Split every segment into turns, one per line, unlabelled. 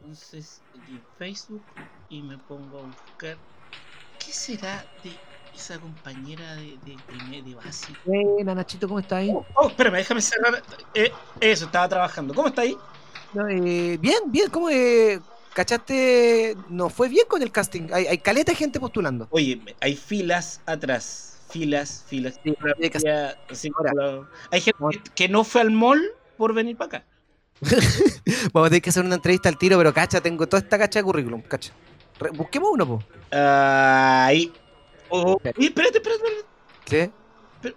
entonces de Facebook y me pongo a buscar qué será de esa compañera de, de primer de básico.
Buena, Nachito, ¿cómo estás ahí?
Oh, oh, espérame, déjame cerrar. Eh, eso, estaba trabajando. ¿Cómo está ahí?
No, eh, bien, bien, ¿cómo eh, cachaste? No fue bien con el casting. Hay, hay caleta de gente postulando.
Oye, hay filas atrás. Filas, filas.
Sí, hay que-
Ya, sí,
Ahora.
claro. Hay gente que- que no fue al mall por venir para acá.
Vamos a tener que hacer una entrevista al tiro, pero cacha, tengo toda esta cacha de currículum, cacha. Re- busquemos uno, po.
Ah, Ahí. Oh, oh.
Espera.
Oye, espérate, espérate. espérate.
¿Qué?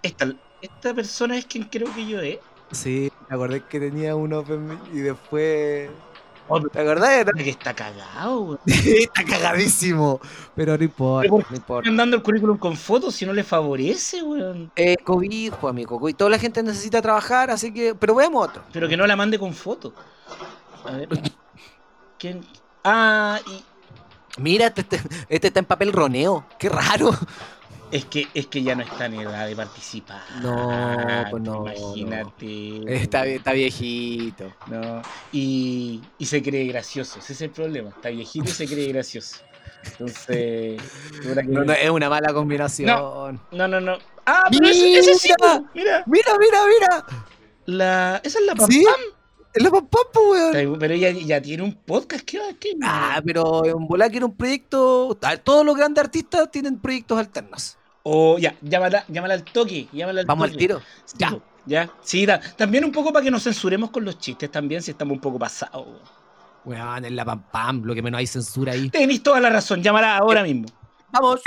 Esta, esta persona es quien creo que yo es.
Sí, me acordé que tenía uno open y después.
Oh, pero-
¿Te acordás?
Es Que está cagado, weón.
Está cagadísimo. Pero no importa,
Pero-
no importa.
Mandando el currículum con fotos si no le favorece, weón.
Eh, COVID, pues, amigo, COVID. Toda la gente necesita trabajar, así que. Pero veamos otro.
Pero que no la mande con fotos. A ver. ¿Quién? Ah, y
Mira, este, este- este está en papel roneo. Qué raro.
es que, es que ya no está en edad de participar.
No, pues no,
Imagínate.
Está, vie- está viejito.
No, y, y se cree gracioso, ese es el problema. Está viejito y se cree gracioso. Entonces, puta que-
No, no, es una mala combinación.
no, no, no. Ah, pero ese, ese sí,
Mira.
mira.
Mira, mira, mira.
La, esa es la
Sí.
papá.
Es la papá, po, weón.
Pero ella ya tiene un podcast, ¿qué va? ¿Qué?
Ah, pero en Volá que era un proyecto. a ver, Todos los grandes artistas tienen proyectos alternos.
O ya, llámala, llámala al toque, llámala al
Vamos al
toque.
tiro.
Sí,
ya.
po, Ya, sí, da- también un poco para que nos censuremos con los chistes también, si estamos un poco pasados.
Weón, en la pam pam, lo que menos hay censura ahí.
Tenéis toda la razón, llámala ahora mismo.
¡Vamos!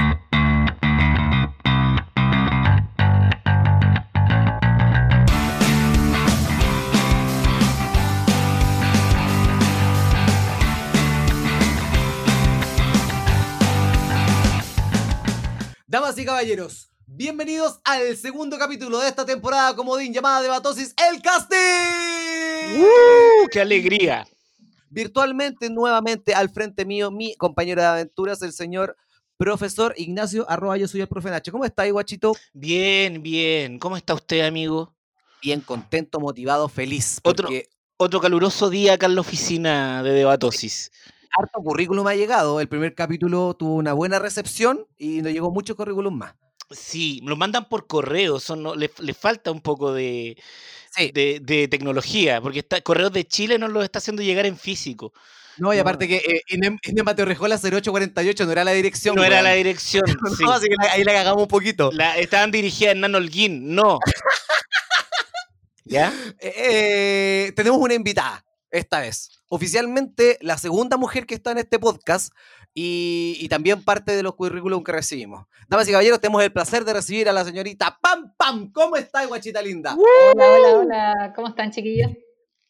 Damas y caballeros, bienvenidos al segundo capítulo de esta temporada comodín llamada de Batosis, el casting.
¡Uh! ¡Qué alegría!
Virtualmente, nuevamente, al frente mío, mi compañero de aventuras, el señor profesor Ignacio Arroba, yo soy el profe Nacho. ¿Cómo está ahí, guachito?
Bien, bien. ¿Cómo está usted, amigo?
Bien contento, motivado, feliz.
Otro.
Porque
Otro caluroso día acá en la oficina de Debatosis.
harto currículum ha llegado. El primer capítulo tuvo una buena recepción y nos llegó mucho currículum más.
Sí, los mandan por correo, son, no, les, les falta un poco de,
Sí.
de- de tecnología, porque está, Correos de Chile nos los está haciendo llegar en físico.
No, y aparte que eh, Inem, Inem Mateo Rejola 0848 no era la dirección.
No era la
weón.
dirección. sí.
No, así que la- ahí la cagamos un poquito.
La- estaban dirigidas en Nano Holguín, no. ¿Ya?
Eh, eh, tenemos una invitada esta vez. Oficialmente la segunda mujer que está en este podcast y, y también parte de los currículum que recibimos. Damas y caballeros, tenemos el placer de recibir a la señorita Pam Pam. ¿Cómo está, guachita linda?
Uh.
Hola, hola, hola. ¿Cómo están, chiquillos?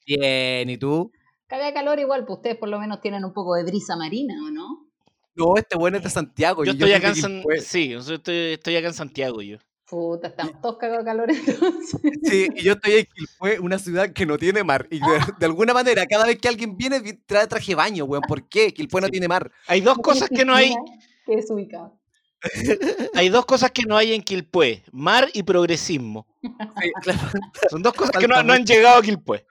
Bien, ¿y tú?
Caga de calor igual, pues ustedes por lo menos tienen un poco de brisa marina, ¿o no?
No, este bueno es de Santiago.
Yo
y
estoy
soy
acá en
de
San,
Quilpué.
sí, yo estoy, estoy acá en Santiago yo.
Puta, estamos todos cagados de calor entonces.
Sí, y yo estoy en Quilpué, una ciudad que no tiene mar. Y
¡Ah!
de, de alguna manera, cada vez que alguien viene, vi- trae traje de baño, weón. ¿Por qué? Quilpué no tiene mar.
Hay dos cosas que no hay,
Que es ubicado.
hay dos cosas que no hay en Quilpué, mar y progresismo.
Sí, claro.
Son dos cosas que no,
Falta
no han llegado a Quilpué.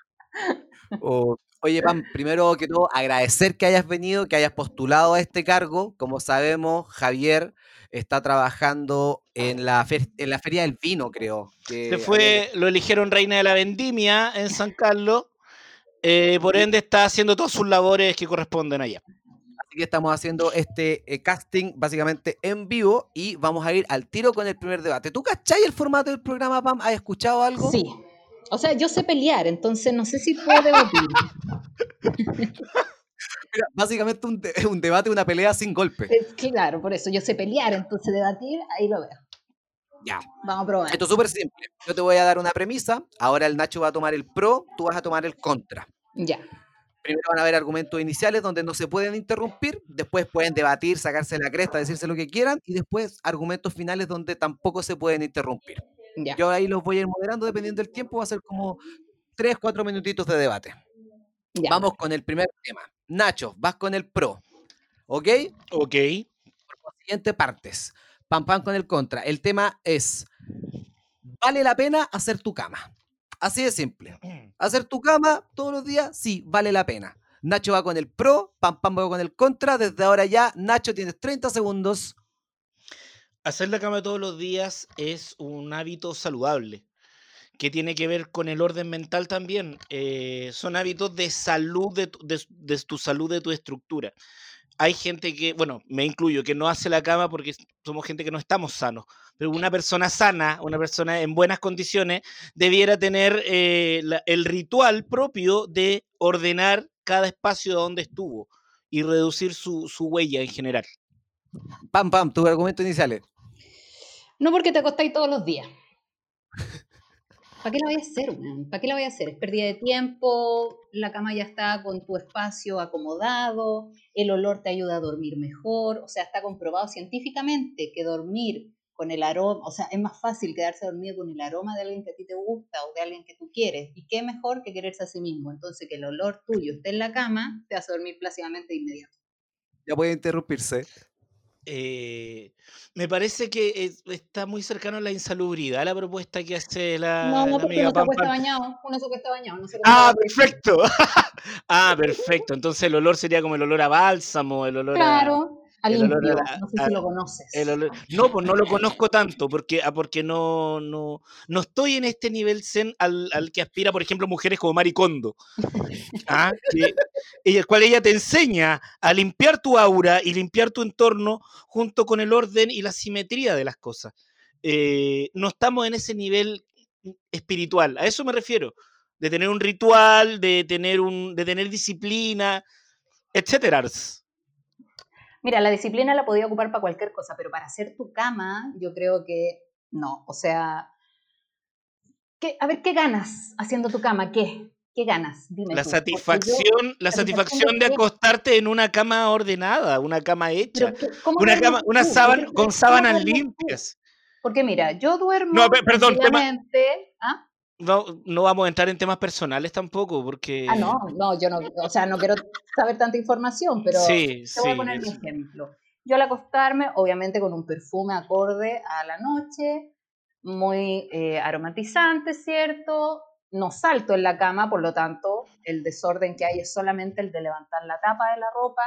O-
Eh.
Oye, Pam, primero que todo, agradecer que hayas venido, que hayas postulado a este cargo. Como sabemos, Javier está trabajando en la, fer- en la Feria del Vino, creo. que eh,
Se
había-
fue, lo eligieron reina de la vendimia en San Carlos. eh, por ende está haciendo todas sus labores que corresponden allá.
Así que estamos haciendo este eh, casting básicamente en vivo y vamos a ir al tiro con el primer debate. ¿Tú cachai el formato del programa, Pam? ¿Has escuchado algo?
Sí. O sea, yo sé pelear, entonces no sé si puedo debatir.
Mira, básicamente un, de- un debate, una pelea sin golpe.
Eh, claro, por eso yo sé pelear, entonces debatir, ahí lo veo.
Ya.
Vamos a probar.
Esto es súper simple. Yo te voy a dar una premisa, ahora el Nacho va a tomar el pro, tú vas a tomar el contra.
Ya.
Primero van a haber argumentos iniciales donde no se pueden interrumpir, después pueden debatir, sacarse la cresta, decirse lo que quieran, y después argumentos finales donde tampoco se pueden interrumpir.
Ya.
Yo ahí los voy a ir moderando dependiendo del tiempo, va a ser como 3, 4 minutitos de debate.
ya.
Vamos con el primer tema. Nacho, vas con el pro, ¿ok?
Ok.
Siguiente partes. Pam, pam con el contra. El tema es, ¿vale la pena hacer tu cama? Así de simple. Hacer tu cama todos los días, sí, vale la pena. Nacho va con el pro, Pam Pam va con el contra. Desde ahora ya, Nacho, tienes 30 segundos.
Hacer la cama todos los días es un hábito saludable, que tiene que ver con el orden mental también. Eh, son hábitos de salud, de tu, de- de tu salud, de tu estructura. Hay gente que, bueno, me incluyo, que no hace la cama porque somos gente que no estamos sanos, pero una persona sana, una persona en buenas condiciones, debiera tener eh, la- el ritual propio de ordenar cada espacio donde estuvo y reducir su, su huella en general.
Pam Pam, tus argumentos iniciales.
No porque te acostáis todos los días. ¿Para qué la voy a hacer, weón? ¿Para qué la voy a hacer? Es pérdida de tiempo, la cama ya está con tu espacio acomodado, el olor te ayuda a dormir mejor, o sea, está comprobado científicamente que dormir con el aroma, o sea, es más fácil quedarse dormido con el aroma de alguien que a ti te gusta o de alguien que tú quieres, y qué mejor que quererse a sí mismo. Entonces, que el olor tuyo esté en la cama, te hace dormir plácidamente de inmediato.
Ya puede interrumpirse.
Eh, me parece que es- está muy cercano a la insalubridad la propuesta que hace la,
No,
la
no, porque
amiga
uno se
Pam
acuesta
Pam.
bañado, uno se acuesta bañado, no se acuesta
Ah,
bañado.
perfecto. ah, perfecto. Entonces el olor sería como el olor a bálsamo, el olor a...
Claro, al
el olor
limpio,
a-
no sé
a-
si lo conoces.
el olor- No, pues no lo conozco tanto, porque, ah, porque no, no, no estoy en este nivel zen al, al que aspira, por ejemplo, mujeres como Maricondo. ¿ah? que- y el cual ella te enseña a limpiar tu aura y limpiar tu entorno junto con el orden y la simetría de las cosas. Eh, no estamos en ese nivel espiritual, a eso me refiero, de tener un ritual, de tener, un, de tener disciplina, etcétera.
Mira, la disciplina la podía ocupar para cualquier cosa, pero para hacer tu cama, yo creo que no. O sea, ¿qué- a ver, ¿qué ganas haciendo tu cama? ¿Qué? ¿Qué ganas? Dime.
La
tú, porque yo-
satisfacción, la
satisfacción
satisfacción
de
de
qué?
acostarte en una cama ordenada, una cama hecha,
pero ¿qué- cómo
una
duermes
cama, una
tú? Yo
sábana
quiero
con
saber cómo
sábanas
duermes tú.
limpias.
Porque mira, yo duermo
No, pe- perdón, tema-
tranquilamente. ¿Ah?
No, no vamos a entrar en temas personales tampoco, porque
Ah, no, no, yo no, o sea, no quiero saber tanta información, pero
sí,
Te voy a
sí,
poner mi
es-
ejemplo. Yo al acostarme, obviamente con un perfume acorde a la noche, muy eh, aromatizante, ¿cierto? No salto en la cama, por lo tanto, el desorden que hay es solamente el de levantar la tapa de la ropa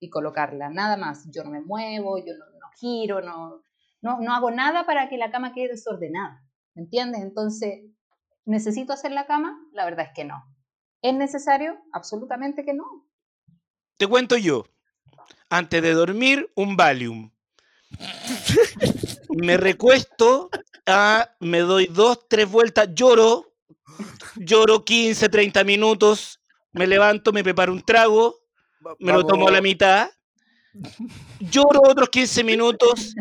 y colocarla, nada más. Yo no me muevo, yo no, no giro, no, no, no hago nada para que la cama quede desordenada, ¿me entiendes? Entonces, ¿necesito hacer la cama? La verdad es que no. ¿Es necesario? Absolutamente que no.
Te cuento yo. Antes de dormir, un Valium. Me recuesto, ah, me doy dos, tres vueltas, lloro, lloro 15, 30 minutos, me levanto, me preparo un trago, me lo tomo a la mitad, lloro otros 15 minutos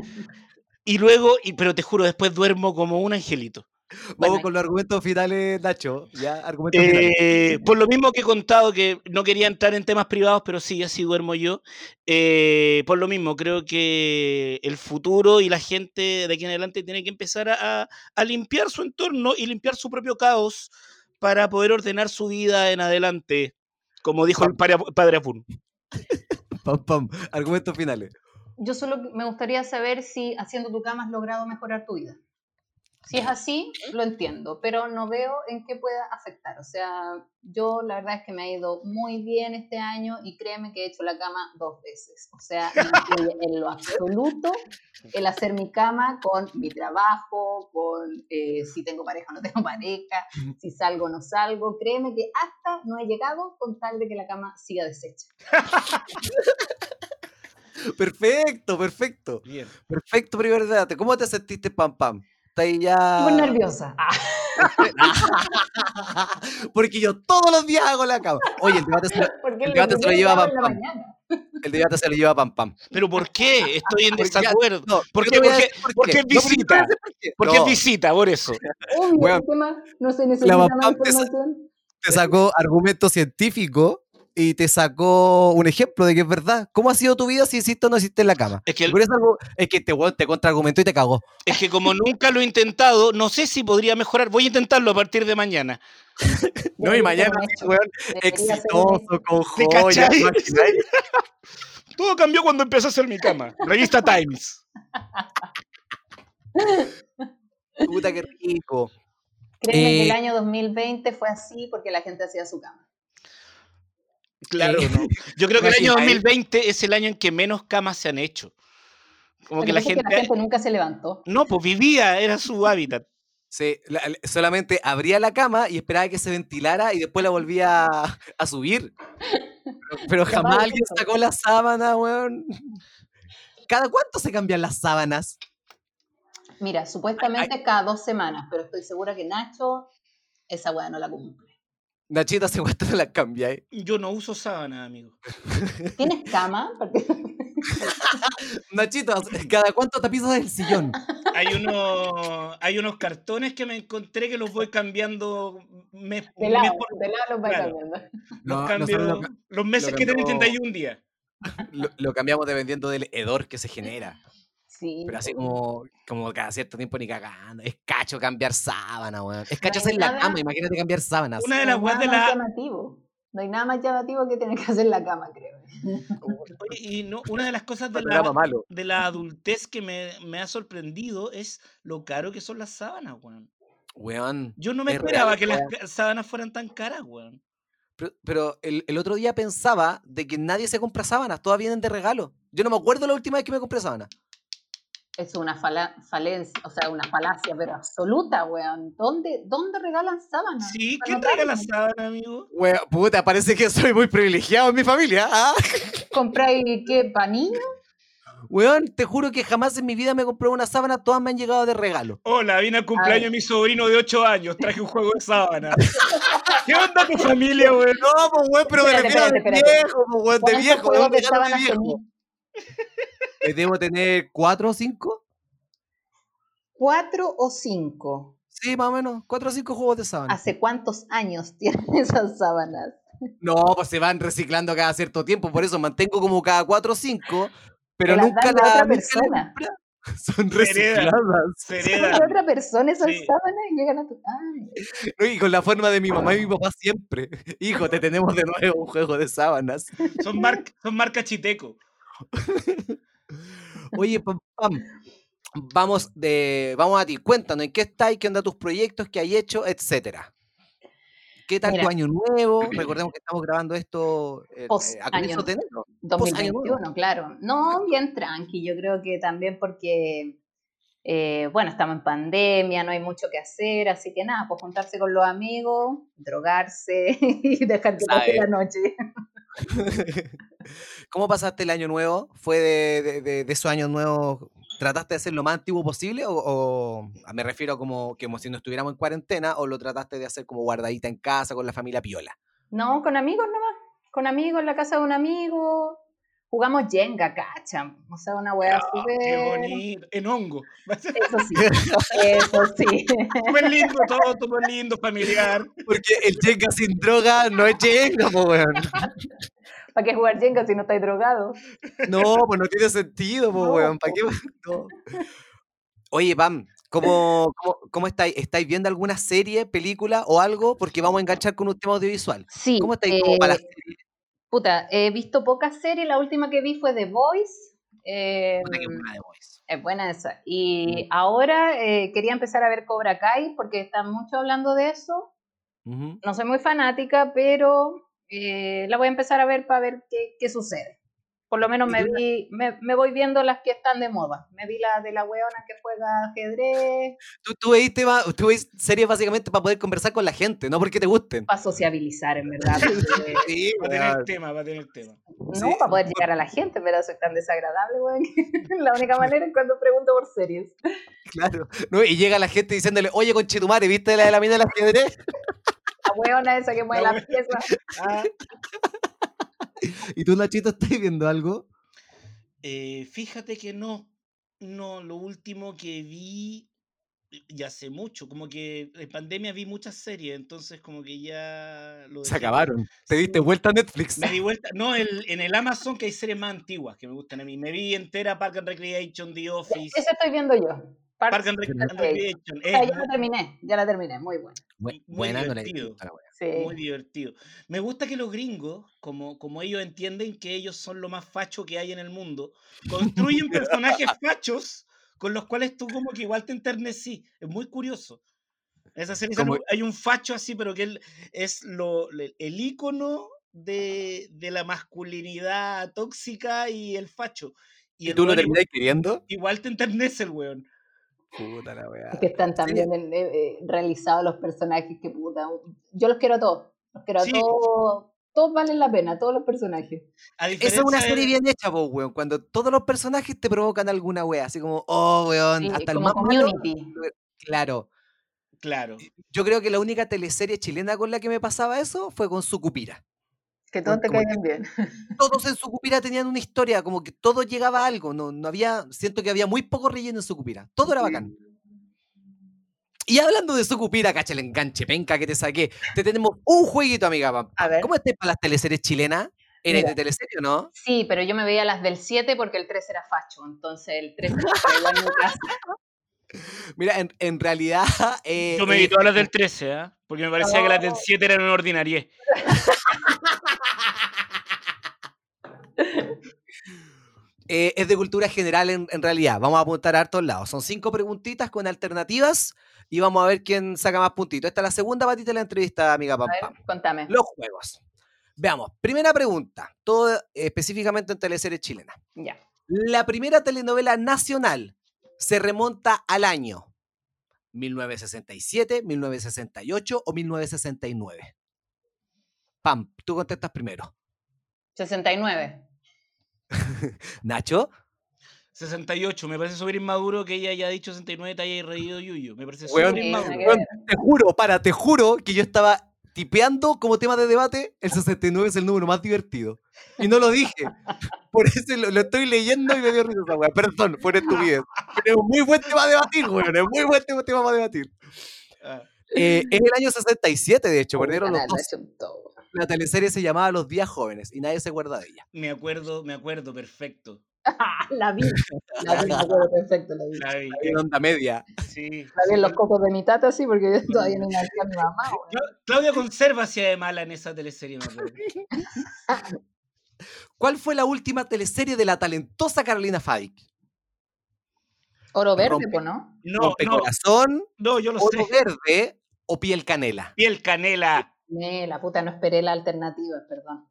y luego, y, pero te juro, después duermo como un angelito.
Vamos
Bueno,
con los argumentos finales, Nacho. Ya, argumentos finales.
Eh, por lo mismo que he contado que no quería entrar en temas privados, pero sí, así duermo yo. eh, por lo mismo, creo que el futuro y la gente de aquí en adelante tiene que empezar a, a- a limpiar su entorno y limpiar su propio caos para poder ordenar su vida en adelante, como dijo el padre, padre Apun.
Pam, pam. Argumentos finales.
Yo solo me gustaría saber si haciendo tu cama has logrado mejorar tu vida. Si es así, lo entiendo, pero no veo en qué pueda afectar. O sea, yo la verdad es que me ha ido muy bien este año y créeme que he hecho la cama dos veces. O sea, no influye en lo absoluto el hacer mi cama con mi trabajo, con eh, si tengo pareja o no tengo pareja, si salgo o no salgo. Créeme que hasta no he llegado con tal de que la cama siga deshecha.
Perfecto, perfecto. Perfecto, primer debate. ¿Cómo te sentiste, Pam Pam? Está ahí ya.
Muy nerviosa.
Ah. Porque yo todos los días hago la cama. Oye, el debate se lo,
Porque
El
lo
gato se lo
primero que
lleva
hago
Pam
en la
Pam.
mañana.
el debate se lo lleva Pam Pam.
¿Pero por qué? Estoy en
Porque-
desacuerdo.
No,
¿Por
yo
qué?
te voy a
Porque-
decir por
porque
qué.
es
No, pero yo te voy a decir por qué.
Porque
No,
es visita, por eso.
Obvio,
Weón.
el tema no se necesita más
Pam te sa-
información.
Te sacó argumento científico y te sacó un ejemplo de que es verdad. ¿Cómo ha sido tu vida si hiciste o no hiciste en la cama?
Es que
Y
el-
por eso algo- es que este weón te contraargumentó y te cagó.
Es que como nunca lo he intentado, no sé si podría mejorar. Voy a intentarlo a partir de mañana.
No, y
Debería
mañana
ser un
este
hecho.
weón
Eh,
Debería ser un
exitoso,
hecho.
con
¿Te
joyas.
cachai?
¿no?
Todo cambió cuando empecé a hacer mi cama. Revista Times.
Puta, qué rico.
Créeme que
Eh,
el año 2020 fue así porque la gente hacía su cama.
Claro,
Eh,
no. Yo creo que el año
imagina, eh.
2020 es el año en que menos camas se han hecho. Como
Lo
que
que
la
pasa es
gente...
que la gente nunca se levantó.
No, pues vivía, era su hábitat.
Se- la- la- solamente abría la cama y esperaba que se ventilara y después la volvía a, a subir. Pero, pero jamás
Llamaba
alguien
eso.
sacó la sábana, weón. ¿Cada cuánto se cambian las sábanas?
Mira, supuestamente cada dos semanas, pero estoy segura que Nacho esa weá no la cumple.
Nachita se cuesta la cambia, ¿eh?
Yo no uso sábana, amigo.
¿Tienes cama? Porque-
Nachito, ¿cada cuánto tapizas el sillón?
Hay, uno, hay unos cartones que me encontré que los voy cambiando mes,
De
mes
lado,
por-
de lado los va
claro.
cambiando.
los,
No,
cambio-
nosotros lo ca-
los meses
lo
que tienen
cambió-
31 días.
lo, lo cambiamos dependiendo del hedor que se genera.
Sí.
Pero así como, como cada cierto tiempo ni cagando. Es cacho cambiar sábana, weón. Es cacho hacer la
Imagínate-
cama, imagínate cambiar sábanas.
Una de
no hay
las weas
nada
de
más
la...
llamativo. No hay nada más llamativo que tener que hacer la cama, creo.
Oye, Y no, una de las cosas de
Programa
la,
malo.
de la adultez que me, me ha sorprendido es lo caro que son las sábanas, weón.
Weón.
Yo no me
Es real
esperaba
esa
que las
weá.
ca- sábanas fueran tan caras, weón.
Pero, pero el, el otro día pensaba de que nadie se compra sábanas, todas vienen de regalo. Yo no me acuerdo la última vez que me compré sábanas.
Es una fala- falencia, o sea, una falacia, pero absoluta, weón. ¿Dónde, dónde regalan sábanas?
Sí,
Para
¿quién
notarlo.
regala sábana, amigo?
Weón, puta, parece que soy muy privilegiado en mi familia. ¿ah?
¿Compráis qué? ¿Para niños?
Weón, te juro que jamás en mi vida me compré una sábana, todas me han llegado de regalo.
Hola, vine al cumpleaños de mi sobrino de 8 años, traje un juego de sábana. ¿Qué onda tu familia, weón?
No, pues weón, pero
Espérate, espérate,
de
espérate.
viejo, pues weón, de
¿Cuántos
viejo,
juegos
weón,
de
de regalo de
sábanas
viejo.
tenéis?
Eh, Debo tener cuatro o cinco.
¿Cuatro o cinco?
Sí, más o menos. Cuatro o cinco juegos de sábana.
¿Hace cuántos años tienen esas sábanas?
No, pues se van reciclando cada cierto tiempo, por eso mantengo como cada cuatro o cinco, pero
Te las
nunca
dan de otra
nunca
persona.
Son
hereda.
recicladas.
Se
Son de
heredan.
otra persona esas
Sí.
sábanas y llegan a tu. Ay,
Eh, ¿no? Y con la forma de mi mamá y mi papá siempre. Hijo, te tenemos de nuevo un juego de sábanas.
Son, mar- son marca chiteco.
Oye, pam, pam, Vamos, de, vamos a ti. Cuéntanos, ¿en qué estáis? ¿Qué onda tus proyectos? ¿Qué hay hecho? Etcétera. ¿Qué tal tu
Mira.
año nuevo? Recordemos que estamos grabando esto eh, eh,
Post
a comienzos
año
de enero. Pues, año nuevo.
2021, claro. No, bien tranqui. Yo creo que también porque, eh, bueno, estamos en pandemia, no hay mucho que hacer, así que nada, pues juntarse con los amigos, drogarse y dejar que
Sabe.
pase la noche.
¿Cómo pasaste el año nuevo? ¿Fue de, de, de- de esos años nuevos? ¿Trataste de ser lo más antiguo posible? O, o- a- me refiero a como que como si no estuviéramos en cuarentena, o lo trataste de hacer como guardadita en casa con la familia piola.
No, con amigos nomás. Con amigos en la casa de un amigo. Jugamos Jenga, cacha. O sea, una weá
Ah, qué
súper.
bonito. En hongo.
Eso sí, eso sí.
Súper lindo todo, súper lindo, familiar.
Porque el Jenga sin droga no es Jenga, po, weón.
¿Para qué jugar Jenga si no estáis drogado?
No, pues no tiene sentido, po,
No,
weón. ¿Para qué? No. Oye, Pam, ¿cómo, cómo, cómo estáis? ¿Estáis viendo alguna serie, película o algo? Porque vamos a enganchar con un tema audiovisual.
Sí. eh,
¿Cómo estáis como para las series?
Puta, he visto pocas series, la última que vi fue The Voice. eh,
Puta, qué buena de Boys.
es buena esa. Y ahora eh, quería empezar a ver Cobra Kai porque están mucho hablando de eso.
Ujú.
No soy muy fanática, pero eh, la voy a empezar a ver para ver qué, qué sucede. Por lo menos me, vi, me, me voy viendo las que están de moda. Me vi la de la weona que juega ajedrez
Tú, tú, veiste, va- tú veis series básicamente para poder conversar con la gente, no porque te gusten.
para sociabilizar, en verdad. porque-
Sí,
Va a tener tema, va a tener tema.
No,
Sí,
para poder llegar a la gente, en ¿verdad? Soy tan desagradable, weón. que la única manera es cuando pregunto por series.
claro. ¿no? Y llega la gente diciéndole, oye, conchetumare, ¿viste la de la mina de las piedras?
La weona esa que mueve
La
la, pieza.
Ah,
Y tú, Nachito, estás viendo algo.
eh, fíjate que no. No, lo último que vi eh, ya hace mucho, como que en pandemia vi muchas series, entonces como que ya lo
Se
dejé.
acabaron. Te diste vuelta a Netflix.
Me di vuelta, no, el- en el Amazon que hay series más antiguas que me gustan a mí. Me vi entera Park and Recreation, The Office,
Esa estoy viendo yo. Par-
Park and Rec-
Parks
and
and
Recreation.
o sea,
es
ya la terminé, ya la terminé, muy buena.
Bu-
muy
Buena, no la he
divertido.
visto, la wea.
Sí.
Muy divertido. Me gusta que los gringos, como, como ellos entienden que ellos son lo más facho que hay en el mundo, construyen personajes fachos con los cuales tú como que igual te enternecí. Es muy curioso. En esa serie sale
Como-
un- hay un facho así, pero que él es lo, le- el ícono de, de la masculinidad tóxica y el facho.
¿Y,
el
tú lo
weón
terminas queriendo?
igual, igual te enternece el weón.
Puta la weá.
Es que están tan
Sí.
bien eh, eh, realizados los personajes que puta. Yo los quiero a todos. Los quiero a
Sí.
todos. Todos valen la pena, todos los personajes.
A
Esa es una
diferencia de-
serie bien hecha, vos, weón. Cuando todos los personajes te provocan alguna weá, así como, oh, weón,
Sí,
hasta el
como
más malo,
community.
Claro.
Claro.
Yo creo que la única teleserie chilena con la que me pasaba eso fue con Sucupira.
Que
todos te como que-
bien.
Todos en Sucupira tenían una historia, como que todo llegaba a algo. No, no había, siento que había muy poco relleno en Sucupira. Todo era bacán. Y hablando de Sucupira, cacha el enganche penca que te saqué. Te tenemos un jueguito, amiga. Pam.
A ver.
¿Cómo estás para las teleseries chilenas? ¿Eres
¿Eh? Mira.
de teleserie o no?
Sí, pero yo me veía las del 7 porque el 3 era facho. Entonces el 3 era en mi casa.
Mira, en, en realidad. eh,
Yo me
eh,
vi todas las del 13, ¿ah? Porque me parecía que las del 7 eran una ordinarie.
Eh, es de cultura general en, en realidad. Vamos a apuntar a hartos lados. Son cinco preguntitas con alternativas y vamos a ver quién saca más puntitos. Esta es la segunda patita de la entrevista, amiga Pam
A
Pam.
ver, contame.
Los juegos. Veamos, primera pregunta, todo eh, específicamente en teleseries chilenas.
Ya.
La primera telenovela nacional se remonta al año 1967, 1968 o 1969. Pam, tú contestas primero.
69.
Nacho,
68, me parece súper inmaduro que ella haya dicho 69 y te haya reído Yuyo. Me parece
Weón,
súper
Sí,
inmaduro.
Eh, nada que
Weón,
ver.
te juro, para, te juro que yo estaba tipeando como tema de debate, el 69 es el número más divertido. Y no lo dije. Por eso lo, lo estoy leyendo y me dio risa esa weá. Perdón, por estupidez. Pero es un muy buen tema a debatir, weón. Es muy buen tema, tema para debatir.
Ah,
Eh, es el año 67, de hecho. Perdieron los
Puta, la
dos.
chutó.
La teleserie se llamaba Los Días Jóvenes y nadie se acuerda de ella.
me acuerdo, me acuerdo, perfecto.
Ah, La vi. La vi, me acuerdo perfecto, la vi.
La vi,
En onda media.
sí,
La vi en
sí.
los cocos de mi tata, sí, porque yo todavía no nací a mi mamá. weón.
Cla- Claudia Conserva hacía de mala en esa teleserie, me acuerdo.
¿Cuál fue la última teleserie de la talentosa Carolina Fabik?
Oro verde,
Rompe.
pues, ¿no?
No, no,
corazón,
no, yo lo
oro
sé.
verde o piel canela?
Piel canela.
Eh, la puta, no esperé la alternativa, perdón.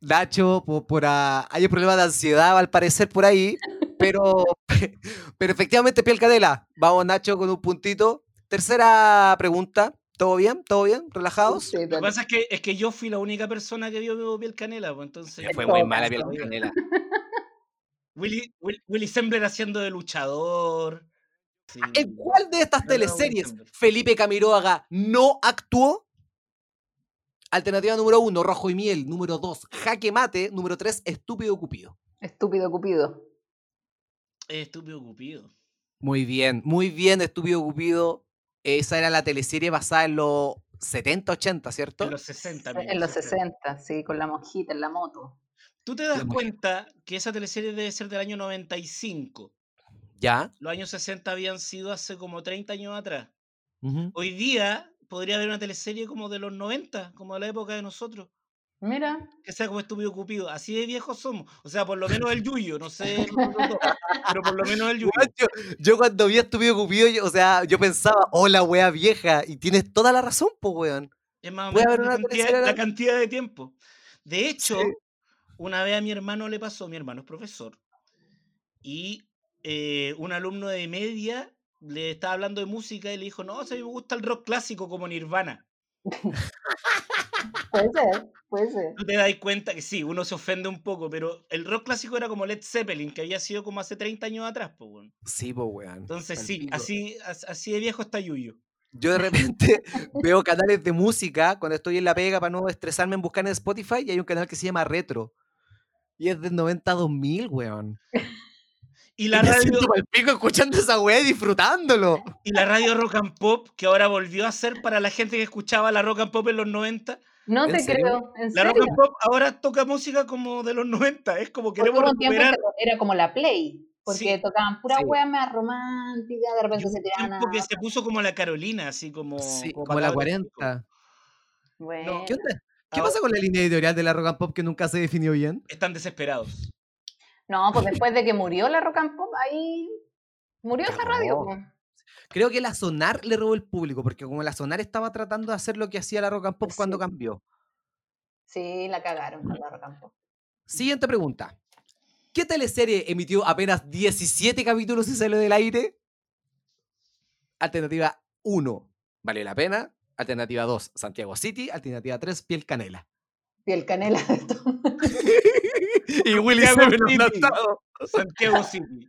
Nacho, po- por, ah, hay un problema de ansiedad al parecer por ahí, pero, pero efectivamente piel cadela. Vamos Nacho con un puntito. Tercera pregunta. ¿Todo bien? ¿Todo bien? ¿Relajados?
Sí,
Lo que
dale.
pasa es que, es que yo fui la única persona que vio Piel Canela, pues entonces.
Fue
todo
muy
bien,
mala piel
todo bien.
canela.
Willy, Will- Willy Sembler haciendo de luchador. Sí.
¿En cuál de
No,
estas
no, Will
teleseries
Campbell.
Felipe Camiroaga no actuó? Alternativa número uno, Rojo y Miel. Número dos, Jaque Mate. Número tres, Estúpido Cupido.
Estúpido Cupido.
Estúpido Cupido.
Muy bien, muy bien, Estúpido Cupido. Esa era la teleserie basada en los 70, 80, ¿cierto?
En los 60.
En los
1960.
60, sí, con la mojita, en la moto.
Tú te das
Lo-
cuenta que esa teleserie debe ser del año 95.
Ya.
Los años 60 habían sido hace como 30 años atrás.
Ujú.
Hoy día podría haber una teleserie como de los 90, como de la época de nosotros.
Mira,
que sea como estúpido cupido. Así de viejos somos. O sea, por lo menos el yuyo, no sé, los otros dos, pero por lo menos el yuyo.
Weón, Yo, yo cuando vi a Estúpido Cupido, yo- o sea, yo pensaba, oh, la wea vieja, y tienes toda la razón, pues, weón.
Es más o
Puede
menos
haber
la
una
cantidad,
tercera-
la cantidad de tiempo. De hecho,
Sí.
una vez a mi hermano le pasó, mi hermano es profesor, y eh, un alumno de media le estaba hablando de música y le dijo, no, si a mí me gusta el rock clásico como Nirvana.
puede ser, puede ser.
Tú te das cuenta que sí, uno se ofende un poco, pero el rock clásico era como Led Zeppelin, que había sido como hace 30 años atrás. po, weón.
Sí, pues, weón.
Entonces
pa'l
sí,
pico.
así, as- así de viejo está Yuyo.
Yo de repente veo canales de música cuando estoy en la pega para no estresarme en buscar en Spotify, y hay un canal que se llama Retro. Y es del 90-2000, weón.
Y
La
la radio...
pico escuchando esa wea y disfrutándolo.
Y la radio Rock and Pop, que ahora volvió a ser para la gente que escuchaba la Rock and Pop en los 90.
No
¿En
te
serio?
creo, en
La
serio.
Rock and Pop ahora toca música como de los 90. Es como
Porque
queremos
hubo un tiempo
recuperar
que era como la play, porque
Sí,
tocaban pura
sí.
hueá más romántica, de repente se
un
tiraban a...
tiempo que se puso como la Carolina, así como...
Sí, como,
patada
la
de hocico.
40.
Bueno,
¿Qué, onda? ¿Qué
Ahora-
pasa con la línea editorial de la Rock and Pop que nunca se definió bien?
Están desesperados.
No, pues después de que murió la rock and pop, ahí murió esa radio.
Cagó.
pues.
Creo que la Sonar le robó el público, porque como la Sonar estaba tratando de hacer lo que hacía la Rock and Pop
Sí.
cuando cambió.
Sí, la cagaron con Barro Campo.
Siguiente pregunta. ¿Qué teleserie emitió apenas 17 capítulos y salió del aire? Alternativa 1, Vale la Pena. Alternativa 2, Santiago City. Alternativa 3, Piel Canela.
Piel canela.
y Willy
Santiago
Seven
City.
anotado.
Santiago City.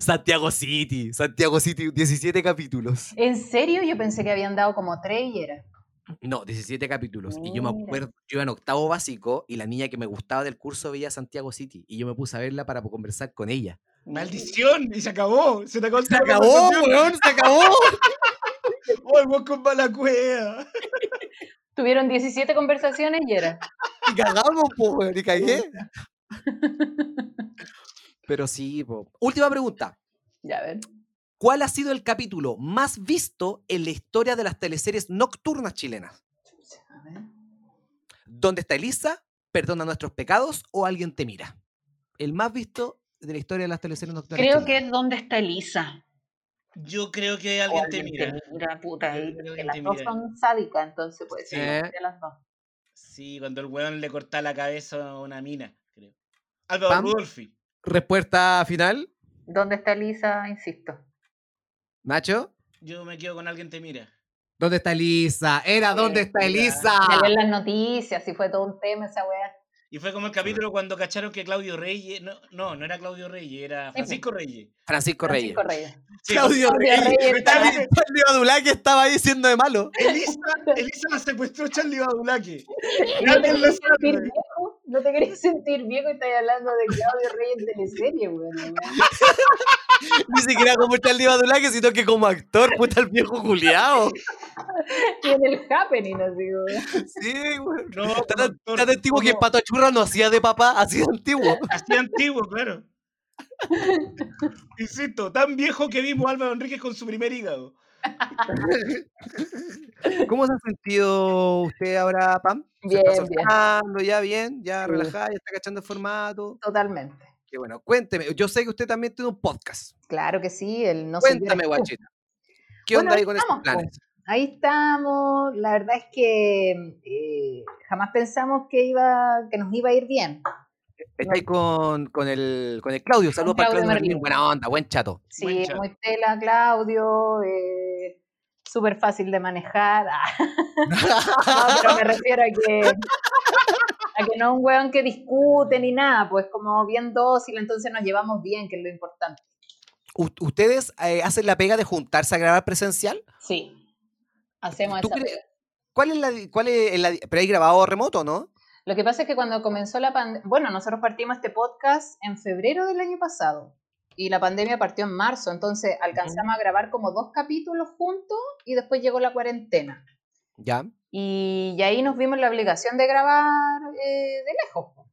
Santiago City. Santiago City, 17 capítulos.
¿En serio? Yo pensé que habían dado como tres y era.
No, 17 capítulos. Y yo me
Mira.
acuerdo, yo iba en octavo básico y la niña que me gustaba del curso veía Santiago City. Y yo me puse a verla para conversar con ella.
Maldición, y se acabó. Se te acabó el tema de conversación.
weón! ¡Se acabó!
Oh, el weón con mala cueva.
Tuvieron 17 conversaciones y era.
Y cagamos, po, weón, y cagué. Pero sí, po. Última pregunta.
Ya, a ver.
¿Cuál ha sido el capítulo más visto en la historia de las teleseries nocturnas chilenas?
A ver.
¿Dónde está Elisa? ¿Perdona nuestros pecados o alguien te mira? El más visto de la historia de las teleseries nocturnas
este
Creo
chilenas.
que es donde está Elisa.
Yo creo que alguien te mira.
puta,
Yo
ahí.
creo que alguien
Que las
te
dos
mira.
son sádicas, entonces puede ser.
Sí.
cualquiera de las dos.
Sí, cuando el weón le corta la cabeza a una mina, creo. Álvaro
Pam.
Rudolfi.
Respuesta final,
¿Dónde está Lisa? Insisto.
Nacho.
Yo me quedo con alguien te mira.
¿Dónde está Elisa? Era ¿Dónde está
mira,
Elisa?
Salió en las noticias si fue todo un tema esa weá.
Y fue como el capítulo cuando cacharon que Claudio Reyes. No, no, no era Claudio Reyes, era
Sí, po.
Francisco Reyes.
Francisco Reyes.
Francisco Reyes.
Sí,
Claudio
Claudio
Reyes.
Reyes
Me está
estaba-
diciendo el Leo Dulac que estaba ahí siendo de malo.
Elisa, Elisa la secuestró Charlie Badulaque.
¿No
Nadie
te
lo
querías sentir
sabe.
viejo? ¿No te querías sentir viejo y estás hablando de Claudio Reyes de la serie, weón?
Ni siquiera como está el Leo Dulac, sino que como actor, puta el viejo Juliao.
Y en el happening, así, weón.
Sí, güey.
No,
Tan,
como actor,
tan antiguo que
como-
Pato Churra no hacía de papá, así de antiguo.
Así antiguo, claro. Insisto, tan viejo que vimos a Álvaro Enríquez con su primer hígado.
¿Cómo se ha sentido usted ahora, Pam?
Bien,
¿Está
bien.
soltando ya bien? ¿Ya
Sí.
relajada? ¿Ya está cachando el formato?
Totalmente.
Qué bueno, cuénteme. Yo sé que usted también tiene un podcast.
Claro que sí, el no sé.
Cuéntame, guachita. ¿Qué
Bueno,
onda
ahí
ahí con este esos
estamos, po.
planes?
Ahí estamos. La verdad es que eh, jamás pensamos que iba, que nos iba a ir bien.
Está ahí con, con, el, con el Claudio. Saludos para
Claudio
Claudio Merlín.
Merlín.
Buena onda, buen chato.
Buen
Sí,
chat.
muy tela, Claudio, eh, súper fácil de manejar. No, pero me refiero a que, a que no es un weón que discute ni nada, pues como bien dócil, entonces nos llevamos bien, que es lo importante.
U- ¿Ustedes eh, hacen la pega de juntarse a grabar presencial?
Sí. Hacemos
¿Tú
esa
crees-
pega.
¿Cuál es la, di- cuál es la di- pero hay grabado remoto, ¿no?
Lo que pasa es que cuando comenzó la pandemia, bueno, nosotros partimos este podcast en febrero del año pasado y la pandemia partió en marzo, entonces alcanzamos a grabar como dos capítulos juntos y después llegó la cuarentena.
Ya.
Y, y ahí nos vimos la obligación de grabar eh, de lejos. po.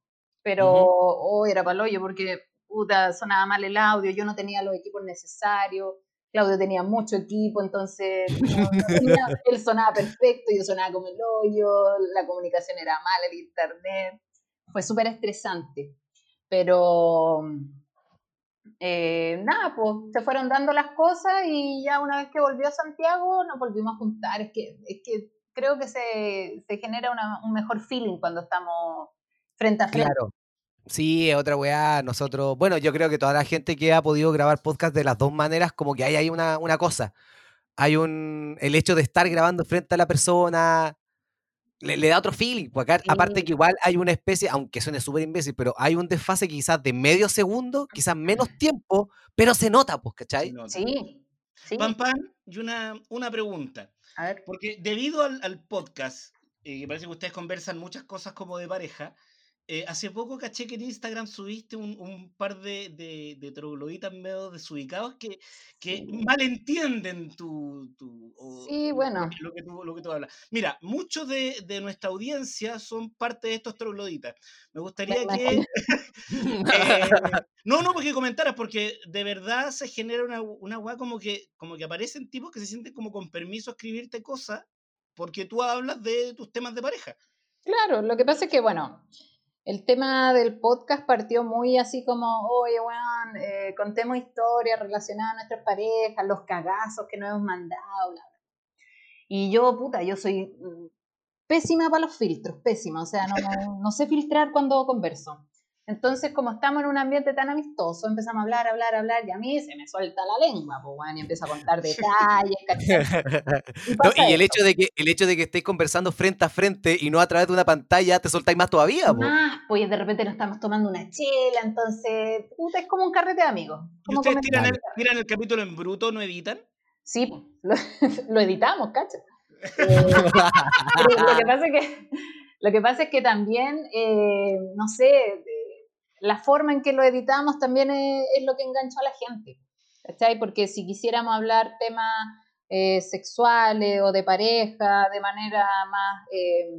Pero
Ujú.
oh, era paloyo porque puta, sonaba mal el audio, yo no tenía los equipos necesarios, Claudio tenía mucho equipo, entonces no- no tenía- él sonaba perfecto, yo sonaba como el hoyo, la comunicación era mala, el internet. Fue súper estresante. Pero eh, nada, pues se fueron dando las cosas y ya una vez que volvió a Santiago nos volvimos a juntar. Es que, es que creo que se, se genera una- un mejor feeling cuando estamos frente a frente.
Claro. Sí, es otra weá. Nosotros, bueno, yo creo que toda la gente que ha podido grabar podcast de las dos maneras, como que hay ahí una, una cosa. Hay un. El hecho de estar grabando frente a la persona. Le, le da otro feeling. Porque acá, aparte que igual hay una especie, aunque suene súper imbécil, pero hay un desfase quizás de medio segundo, quizás menos tiempo, pero se nota, pues, ¿cachai?
No,
Sí, sí.
Pan Pan, y una, una pregunta.
A ver,
Porque debido al, al podcast, eh, que parece que ustedes conversan muchas cosas como de pareja, eh, hace poco caché que en Instagram subiste un, un par de, de, de trogloditas medio desubicados que, que malentienden tu... tu- o
Sí,
lo-
bueno.
Lo que, tú, lo que tú hablas. Mira, muchos de, de nuestra audiencia son parte de estos trogloditas. Me gustaría que...
imagino.
Eh, no, no, porque comentaras, porque de verdad se genera una, gu- una weá como que, como que aparecen tipos que se sienten como con permiso a escribirte cosas porque tú hablas de tus temas de pareja.
claro, lo que pasa es que, bueno, el tema del podcast partió muy así como, oye, weón, eh, contemos historias relacionadas a nuestras parejas, los cagazos que nos hemos mandado, bla, bla. Y yo, puta, yo soy mm, pésima para los filtros, pésima, o sea, no, no, no sé filtrar cuando converso. Entonces, como estamos en un ambiente tan amistoso, empezamos a hablar, hablar, hablar, y a mí se me suelta la lengua, pues, bueno, y empiezo a contar detalles, ¿cachai? Y
No,
pasa
y el
esto.
hecho, de que, el hecho de que estéis conversando frente a frente y no a través de una pantalla, te soltáis más todavía. po.
Más, pues y de repente nos estamos tomando una chela, entonces, puta, es como un carrete de amigos.
¿Y
como
ustedes
comer-
tiran el, tiran el capítulo en bruto, no editan?
Sí, po, lo, lo editamos, cacha. Eh, pero lo, que pasa es que, lo que pasa es que también, eh, no sé, de- la forma en que lo editamos también es, es lo que enganchó a la gente. ¿Cachai? Porque si quisiéramos hablar temas eh, sexuales o de pareja de manera más, eh,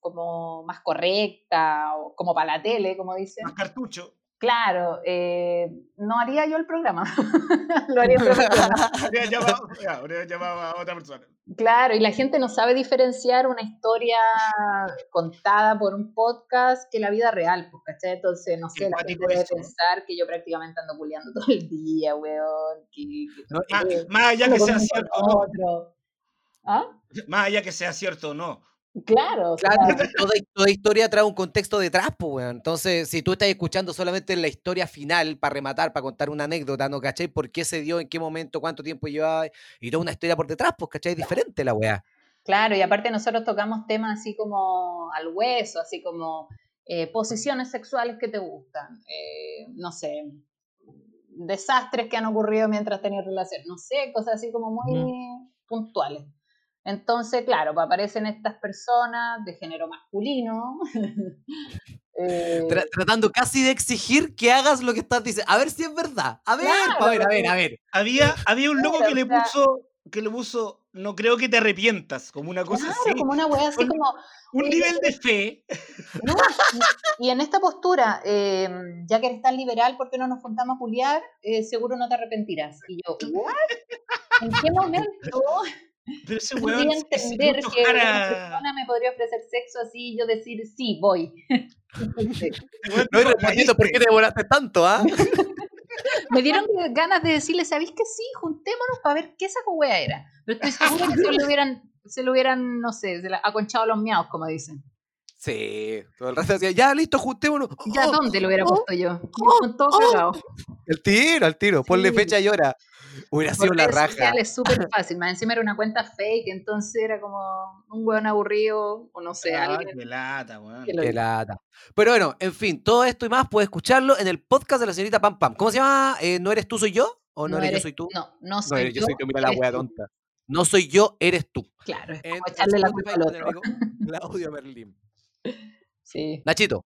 como más correcta, o como para la tele, como dicen.
Más cartucho.
Claro, eh, no haría yo el programa. Lo haría otra persona.
Habría llamado, ya, habría llamado a otra persona.
Claro, y la gente no sabe diferenciar una historia contada por un podcast que la vida real, pues, ¿cachai? Entonces, no
Qué
sé, la gente
cuático
debe
eso, ¿no?
pensar que yo prácticamente ando culiando todo el día, weón. Que, que-
No,
Más,
eh,
más allá que
ando
sea
con
cierto o no.
otro. ¿Ah?
Más allá que sea cierto o no.
Claro, o
Claro,
sea,
porque toda, toda historia trae un contexto detrás, pues, weón. Entonces, si tú estás escuchando solamente la historia final para rematar, para contar una anécdota, ¿no cachai? ¿Por qué se dio? ¿En qué momento? ¿Cuánto tiempo llevaba? Y toda una historia por detrás, pues, ¿cachai? Es diferente la weá.
Claro, y aparte nosotros tocamos temas así como al hueso, así como eh, posiciones sexuales que te gustan, eh, no sé, desastres que han ocurrido mientras tenías relación, no sé, cosas así como muy puntuales. Entonces, claro, pues aparecen estas personas de género masculino. eh,
Tra- tratando casi de exigir que hagas lo que estás diciendo. A ver si es verdad. A ver,
Claro.
a ver, a ver, a ver.
Había, había un loco
Claro,
que le
o sea-
puso, que le puso, no creo que te arrepientas, como una cosa
claro,
así.
como una wea así
Con-
como,
Un nivel de fe.
No, y- y en esta postura, eh, ya que eres tan liberal, ¿por qué no nos juntamos a culiar? Eh, seguro no te arrepentirás. Y yo, ¿what? ¿En qué momento
Pero ese
podría
weón, si- si tú
entender que
tocaras-
una persona me podría ofrecer sexo así y yo decir, sí, voy? Entonces,
ese weón
No voy
dijo,
respondiendo por qué
"Caíste".
te demoraste tanto, ¿ah?
Me dieron ganas de decirle, ¿sabéis que sí? Juntémonos para ver qué saco wea era. Pero estoy segura que se lo hubieran, se lo hubieran no sé, se la- aconchado los miaos, como dicen.
Sí. Todo el rato decía, ya, listo, juntémonos.
¿Ya
Oh,
dónde lo hubiera
oh,
puesto yo?
oh,
Con todo
oh.
cagado.
El tiro, el tiro. Ponle
Sí.
fecha y hora. Hubiera sido
Por
la
redes
raja.
sociales es súper fácil, más encima era una cuenta fake, entonces era como un hueón aburrido, o no sé,
Ah,
alguien
qué lata, weón.
que lo
Qué
hizo.
lata. Pero bueno, en fin, todo esto y más puedes escucharlo en el podcast de la señorita Pam Pam. ¿Cómo se llama? Eh, ¿No eres tú, soy yo? ¿O no, eres, yo, soy tú?
No, no
No
soy
eres yo, soy tú, mira la
eres
wea
tú.
tonta. No soy yo, eres tú.
Claro, es
En
como echarle la culpa
Spotify
al
con el
otro.
amigo Claudio Berlín.
Sí.
Nachito,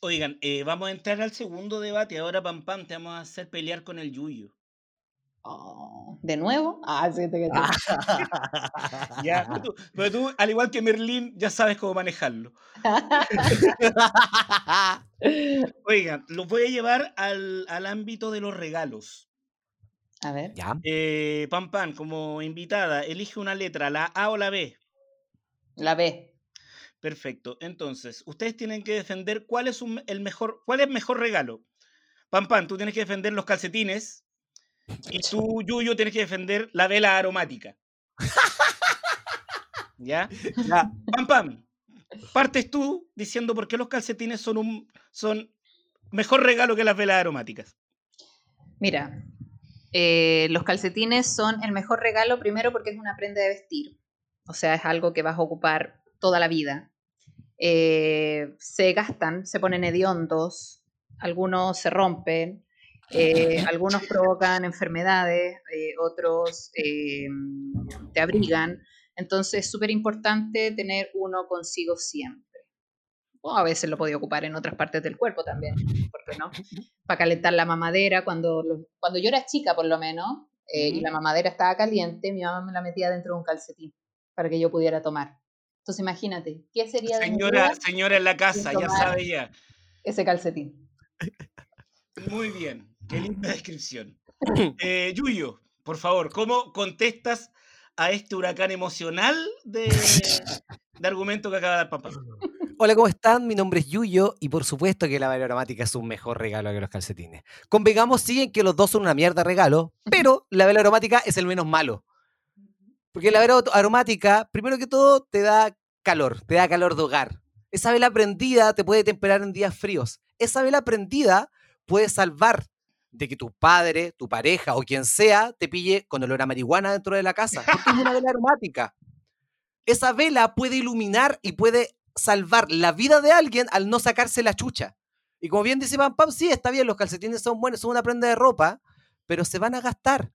Oigan, eh, vamos a entrar al segundo debate. Ahora, Pam Pam, te vamos a hacer pelear con el Yuyo.
Oh, ¿De nuevo? Ah, sí, te caché.
Ah.
Ya, pero tú, pero tú, al igual que Merlín, ya sabes cómo manejarlo. Oigan, los voy a llevar al, al ámbito de los regalos.
A ver.
ya.
Eh, Pam Pam, como invitada, elige una letra, la A o la B.
La B.
Perfecto. Entonces, ustedes tienen que defender cuál es un- el mejor, cuál es mejor regalo. Pam Pam, tú tienes que defender los calcetines y tú, Yuyo, tienes que defender la vela aromática. ¿Ya?
ya.
Pam Pam, partes tú diciendo por qué los calcetines son un son mejor regalo que las velas aromáticas.
Mira, eh, los calcetines son el mejor regalo, primero porque es una prenda de vestir. O sea, es algo que vas a ocupar toda la vida. Eh, se gastan, se ponen hediondos, algunos se rompen, eh, algunos provocan enfermedades, eh, otros eh, te abrigan. Entonces es súper importante tener uno consigo siempre. O a veces lo podía ocupar en otras partes del cuerpo también, ¿por qué no? para calentar la mamadera cuando, lo- cuando yo era chica, por lo menos, eh, y
Ujú.
la mamadera estaba caliente, mi mamá me la metía dentro de un calcetín para que yo pudiera tomar. Entonces, imagínate, ¿qué sería de mi
Señora,
vida
señora en la casa, ya
tomar.
sabe ya.
ese calcetín?
Muy bien, qué linda descripción. Eh, Yuyo, por favor, ¿cómo contestas a este huracán emocional de, de argumento que acaba de dar papá?
Ah, Hola, ¿cómo están? Mi nombre es Yuyo y por supuesto que la vela aromática es un mejor regalo que los calcetines. Convengamos sí en que los dos son una mierda regalo, pero la vela aromática es el menos malo. Porque la vela aromática, primero que todo, te da calor, te da calor de hogar. Esa vela prendida te puede temperar en días fríos. Esa vela prendida puede salvar de que tu padre, tu pareja o quien sea te pille con olor a marihuana dentro de la casa, porque es una vela aromática. Esa vela puede iluminar y puede salvar la vida de alguien al no sacarse la chucha. Y como bien dice Pam Pam, sí, está bien, los calcetines son buenos, son una prenda de ropa, pero se van a gastar,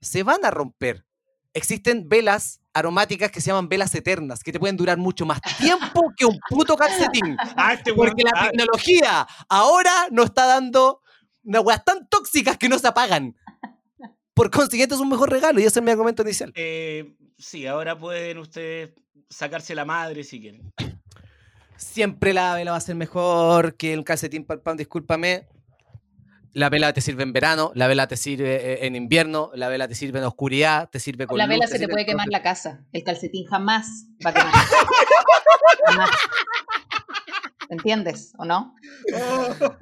se van a romper. Existen velas aromáticas que se llaman velas eternas, que te pueden durar mucho más tiempo que un puto calcetín.
Ah, este weón-
Porque la
ah,
tecnología ahora nos está dando unas weas tan tóxicas que no se apagan. Por consiguiente, es un mejor regalo y ese es mi argumento inicial.
eh, sí, ahora pueden ustedes sacarse la madre si quieren.
Siempre la vela va a ser mejor que el calcetín pal pan, discúlpame. La vela te sirve en verano, la vela te sirve eh, en invierno, la vela te sirve en oscuridad, te sirve con
la
luz,
vela se te
sirve
puede
con-
quemar la casa. El calcetín jamás va a quemar. Jamás. ¿Te ¿Entiendes o no?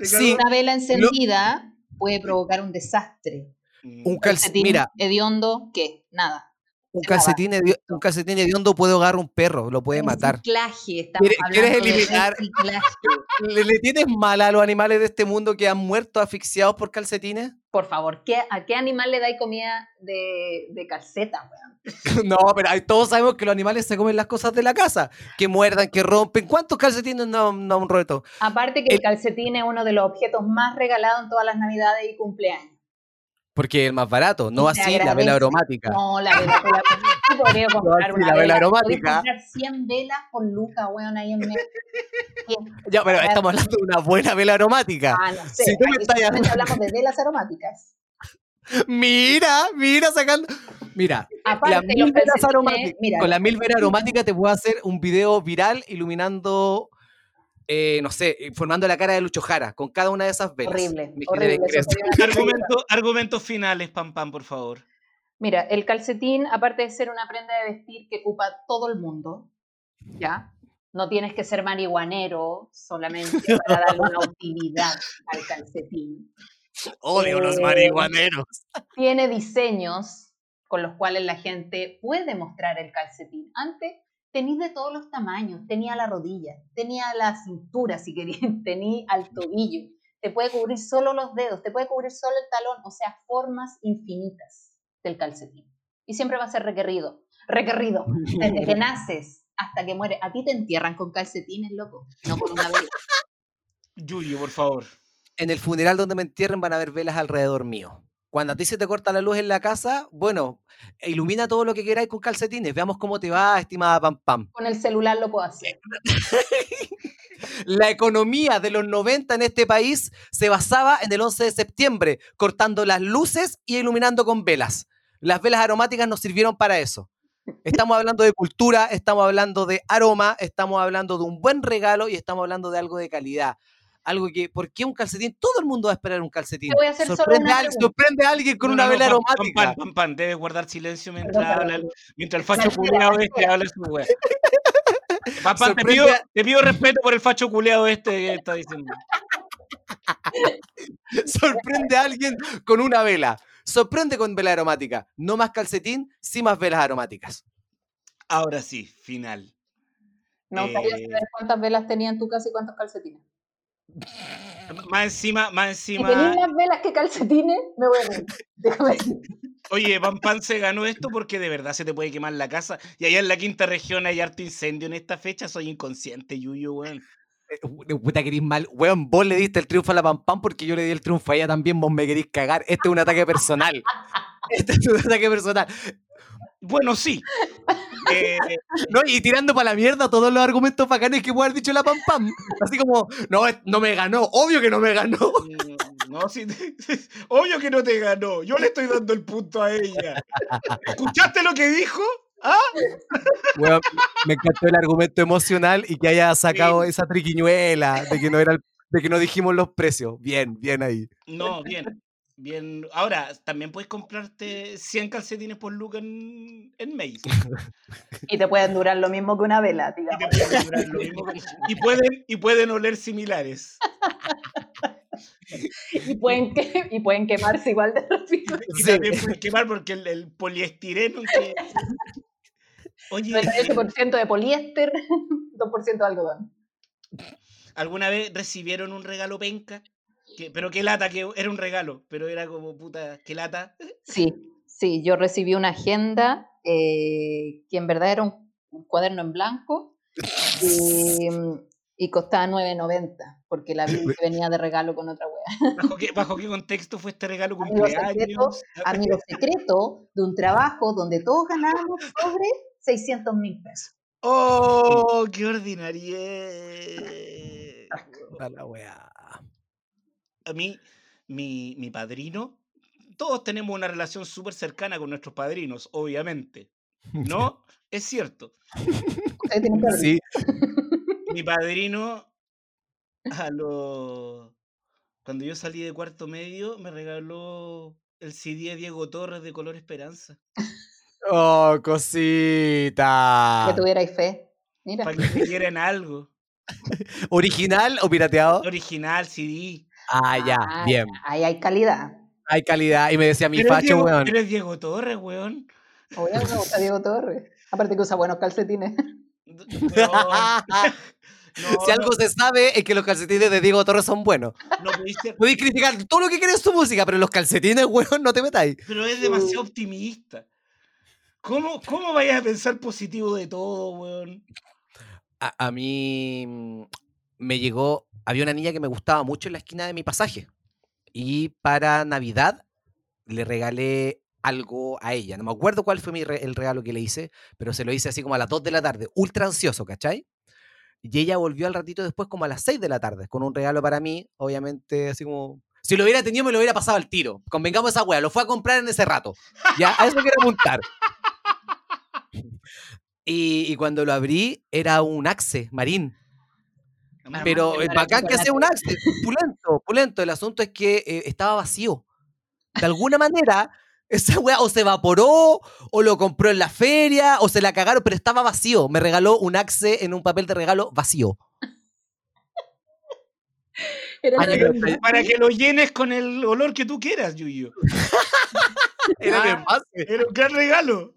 Sí,
Una vela encendida puede provocar un desastre.
Mm,
un calcetín,
Calcetín
mira,
hediondo, ¿qué? Nada.
un
se lava.
calcetín, hediondo- un calcetín hediondo puede ahogar un perro, lo puede matar.
Reciclaje, estamos
¿Quieres-
hablando
quieres
de
eliminar-
reciclaje.
¿Le, le tienes mal a los animales de este mundo que han muerto asfixiados por calcetines?
Por favor, ¿qué, ¿a qué animal le dais comida de, de calceta? weón?
No, pero ahí todos sabemos que los animales se comen las cosas de la casa. Que muerdan, que rompen. ¿Cuántos calcetines no, no han roto?
Aparte que
El-
el calcetín es uno de los objetos más regalados en todas las navidades y cumpleaños.
Porque es más barato, no
Y se
así la vela
agradece.
aromática.
No, la vela, la Yo podría comprar
sí,
una
la vela
vela
aromática.
Podría comprar 100 velas por Luca, weón, ahí en medio.
Ya, pero estamos hablando de una buena vela aromática.
Ah, no sé.
Si tú me
aquí
estás
solamente hablamos de velas aromáticas.
Mira, mira, sacando. Mira,
Ah. Aparte,
las mil
los
velas
calcetines,
aromáticas.
mira,
Con la mil velas aromáticas te puedo hacer un video viral iluminando, eh, no sé, formando la cara de Lucho Jara con cada una de esas velas.
horrible,
Me genera
horrible.
ingresos.
eso sería una locura.
argumento- argumentos finales, Pam Pam, por favor.
Mira, el calcetín, aparte de ser una prenda de vestir que ocupa todo el mundo, ¿ya? No tienes que ser marihuanero solamente para darle una utilidad al calcetín.
Odio a los
Eh,
marihuaneros.
tiene diseños con los cuales la gente puede mostrar el calcetín. Antes tenía de todos los tamaños, tenía la rodilla, tenía la cintura si querían, tenía al tobillo, te puede cubrir solo los dedos, te puede cubrir solo el talón, o sea, formas infinitas del calcetín. Y siempre va a ser requerido, requerido, desde que naces hasta que mueres. A ti te entierran con calcetines, loco, no con una vela.
Yuyo, por favor.
en el funeral donde me entierren van a haber velas alrededor mío. Cuando a ti se te corta la luz en la casa, bueno, ilumina todo lo que queráis con calcetines. Veamos cómo te va, estimada Pam Pam.
Con el celular lo puedo hacer.
La economía de los 90 en este país se basaba en el 11 de septiembre, cortando las luces y iluminando con velas. Las velas aromáticas nos sirvieron para eso. Estamos hablando de cultura, estamos hablando de aroma, estamos hablando de un buen regalo y estamos hablando de algo de calidad. Algo que, ¿por qué un calcetín? Todo el mundo va a esperar un calcetín.
Te voy a hacer solo
sorprende,
una
a, al-
pregunta.
sorprende a alguien con
No,
una
no, no,
vela
Pam-
aromática.
Pam Pam, Pam Pam, debes guardar silencio mientras,
Perdón,
habla
perdón.
el- mientras el facho
Espera,
culeado
espera,
este habla su weá. Pam Pam, te
Sorprende
pido,
a-
te pido respeto por el facho culeado este que está diciendo.
Sorprende a alguien con una vela. Sorprende con vela aromática. No más calcetín, sí más velas aromáticas.
Ahora sí, final.
Me gustaría
Eh,
saber cuántas velas tenía en tu casa y cuántos calcetines.
Más encima, más
Si
encima.
tenéis más velas que calcetines, me voy a reír. Déjame decir.
Oye, Pan Pan se ganó esto porque de verdad se te puede quemar la casa. Y allá en la quinta región hay harto incendio en esta fecha. Soy inconsciente, Yuyo, weón.
Eh, pu- Puta, querís mal. Weón, vos le diste el triunfo a la Pam Pam porque yo le di el triunfo a ella también. Vos me querís cagar. Este es un ataque personal. Este es un ataque personal.
Bueno, sí. Eh,
No, y tirando para la mierda todos los argumentos bacanes que puede haber dicho la Pam Pam. Así como, no, es- no me ganó. Obvio que no me ganó.
Mm, No, sí, obvio que no te ganó. Yo le estoy dando el punto a ella. ¿Escuchaste lo que dijo?
Weón, me encantó el argumento emocional y que haya sacado esa triquiñuela de que no era el- de que no dijimos los precios. Bien, bien ahí.
No, bien. Bien. Ahora, también puedes comprarte 100 calcetines por Luca en, en Macy's.
Y te pueden durar lo mismo que una vela,
Y, te
digamos.
pueden durar lo mismo que- y pueden, y pueden oler similares.
Y pueden, que- y pueden quemarse igual de rápido.
Y
Sí.
también pueden quemar porque el, el poliestireno que- Oye,
98% de poliéster, 2% de algodón.
¿alguna vez recibieron un regalo penca? Que- pero qué lata, que era un regalo, pero era como puta, qué lata.
Sí, sí, yo recibí una agenda eh, que en verdad era un, un cuaderno en blanco y, y costaba 9.90 porque la vi que venía de regalo con otra wea.
¿Bajo qué, bajo qué contexto fue este regalo?
Amigo secreto,
¿Cumpleaños?
Amigo secreto de un trabajo donde todos ganábamos sobre 600 mil pesos.
¡Oh, qué ordinarie!
Puta la weá.
A mí, mi, mi padrino, todos tenemos una relación súper cercana con nuestros padrinos, obviamente. ¿No? Es cierto.
Ustedes tienen que
Sí,
Mi padrino, a lo... cuando yo salí de cuarto medio, me regaló el CD de Diego Torres de Color Esperanza.
Oh, cosita. Ah.
que tuvierais fe. Mira,
Para que me dieran algo.
¿Original o pirateado?
Original, CD.
Ah, ya,
Ah,
bien.
ahí hay calidad.
Hay calidad. Y me decía mi
Pero es
facho,
Diego,
weón.
pero es Diego Torres, weón.
Obviamente me gusta Diego Torres. Aparte que usa buenos calcetines.
D- weón, no,
si algo se sabe es que los calcetines de Diego Torres son buenos.
no pudiste-
Podéis criticar todo lo que quieras su música, pero los calcetines, weón, no te metáis.
pero es
Uh.
demasiado optimista. ¿Cómo, ¿Cómo vayas a pensar positivo de todo, weón?
A, a mí mm, me llegó, había una niña que me gustaba mucho en la esquina de mi pasaje. Y para Navidad le regalé algo a ella. No me acuerdo cuál fue mi re- el regalo que le hice, pero se lo hice así como a las 2 de la tarde, ultra ansioso, ¿cachai? Y ella volvió al ratito después como a las 6 de la tarde, con un regalo para mí, obviamente, así como... Si lo hubiera tenido, me lo hubiera pasado al tiro. Convengamos esa wea, lo fue a comprar en ese rato. Ya, a eso quiero apuntar. Y, y cuando lo abrí, era un axe marín.
Ah,
Pero
qué
el
maravilla,
bacán que sea un axe, pulento, pulento. El asunto es que eh, estaba vacío. De alguna manera, esa weá o se evaporó, o lo compró en la feria, o se la cagaron, pero estaba vacío. Me regaló un axe en un papel de regalo vacío.
Era
Ay,
la-
pero está-
Para que lo llenes con el olor que tú quieras, Yuyo.
Era el
Ah.
envase.
Era un gran regalo.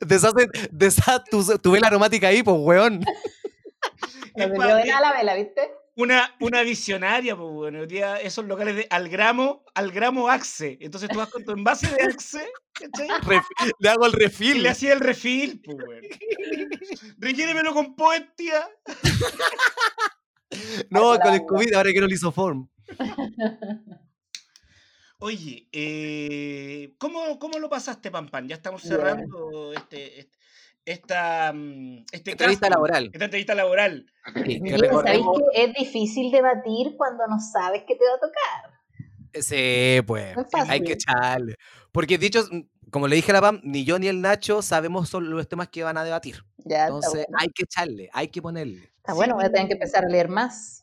Deshacen- deshaz tu, tu vela aromática ahí, pues, weón.
la
Es
vendió
para
de
que-
nada la vela, ¿viste?
Una, una visionaria, pues bueno, hoy día esos locales de al gramo, al gramo Axe. Entonces tú vas con tu envase de Axe, ¿cachai?
Refi- le hago el
Y
refil.
le hacía el refil, pues bueno. Requiéremelo con poesía.
No, con el
Bravo.
COVID, ahora quiero el isoform.
Oye, eh, ¿cómo, ¿cómo lo pasaste, Pampan? Ya estamos
Bien.
cerrando este, este- esta mm, este
Entrevista
casting,
laboral.
Esta entrevista laboral.
Sí, que
Mira, ¿sabéis
recordemos-
que es difícil debatir cuando no sabes qué te va a tocar?
Sí, pues.
No es
Hay
fácil.
que echarle. Porque dicho, mm, como le dije a la PAM, ni yo ni el Nacho sabemos solo los temas que van a debatir.
Ya,
Entonces
está bueno.
hay que echarle, hay que ponerle.
Está bueno, voy a tener que empezar a leer más.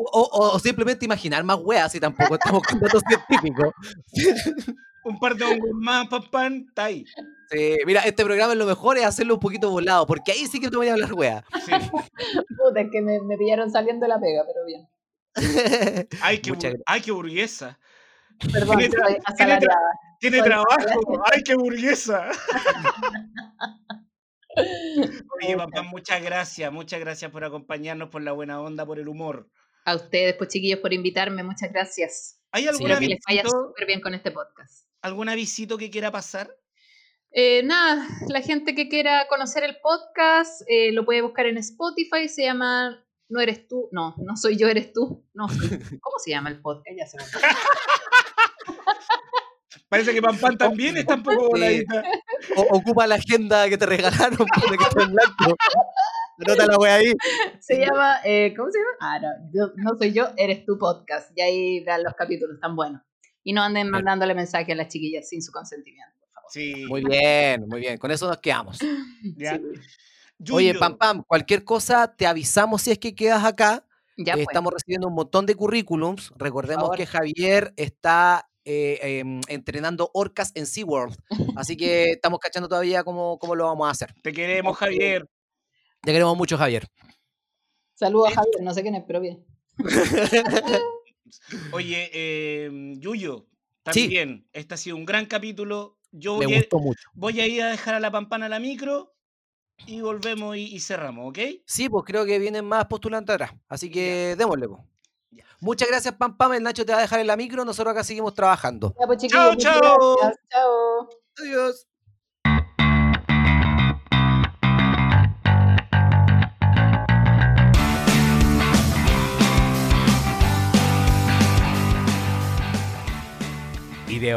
O, o- o simplemente imaginar más weas y tampoco estamos con datos científicos.
Un par de hongos más, Pampan, está ahí.
Sí, mira, este programa lo mejor es hacerlo un poquito volado, porque ahí sí que tú voy a hablar weas.
Sí.
Puta, es que me, me pillaron saliendo de la pega, pero bien.
Ay, qué,
Muchas
bur- ay, qué burguesa.
Perdón,
Tiene tra-
soy asalariada.
Tiene
Soy
trabajo. Ay, qué burguesa. Oye, Pampan, muchas gracias. Muchas gracias por acompañarnos, por la buena onda, por el humor.
A ustedes, pues chiquillos, por invitarme. Muchas gracias.
¿Hay
Una
Espero
alguna,
que les vaya
visito,
súper bien con este podcast.
algún avisito que quiera pasar?
Eh, nada, la gente que quiera conocer el podcast eh, lo puede buscar en Spotify, se llama No eres tú, no, no soy yo, eres tú, no soy- ¿Cómo se llama el podcast? Ya se me olvidó.
Parece que Pampan también está un poco voladita.
O- ocupa la agenda que te regalaron porque que está en blanco. Anota la wea ahí.
Se llama, eh, ¿cómo se llama? Ah, no, yo- no soy yo, eres tú podcast. Y ahí vean los capítulos, tan buenos. Y no anden mandándole mensaje a las chiquillas sin su consentimiento.
Sí.
Muy bien, muy bien. Con eso nos quedamos.
ya.
Sí.
Oye,
Yuyo,
Pam Pam, cualquier cosa te avisamos si es que quedas acá.
Ya
Eh,
pues.
Estamos recibiendo un montón de currículums. Recordemos
favor.
que Javier está eh, em, entrenando orcas en SeaWorld. Así que estamos cachando todavía cómo, cómo lo vamos a hacer.
Te queremos, Javier.
Te queremos mucho, Javier.
Saludos a Javier, no sé quién es, pero bien.
Oye, eh, Yuyo,
Sí.
em, también, este ha sido un gran capítulo. Yo
Me
voy a,
gustó mucho.
voy a ir a dejar a la pampana a la micro y volvemos y, y cerramos, ¿ok?
Sí, pues creo que vienen más postulantes atrás. Así que démosle, pues.
Ya.
Muchas gracias, Pam Pam. El Nacho te va a dejar en la micro. Nosotros acá seguimos trabajando.
Ya, pues, chiquillos, muchas
chao.
gracias. Chao.
Adiós. Idea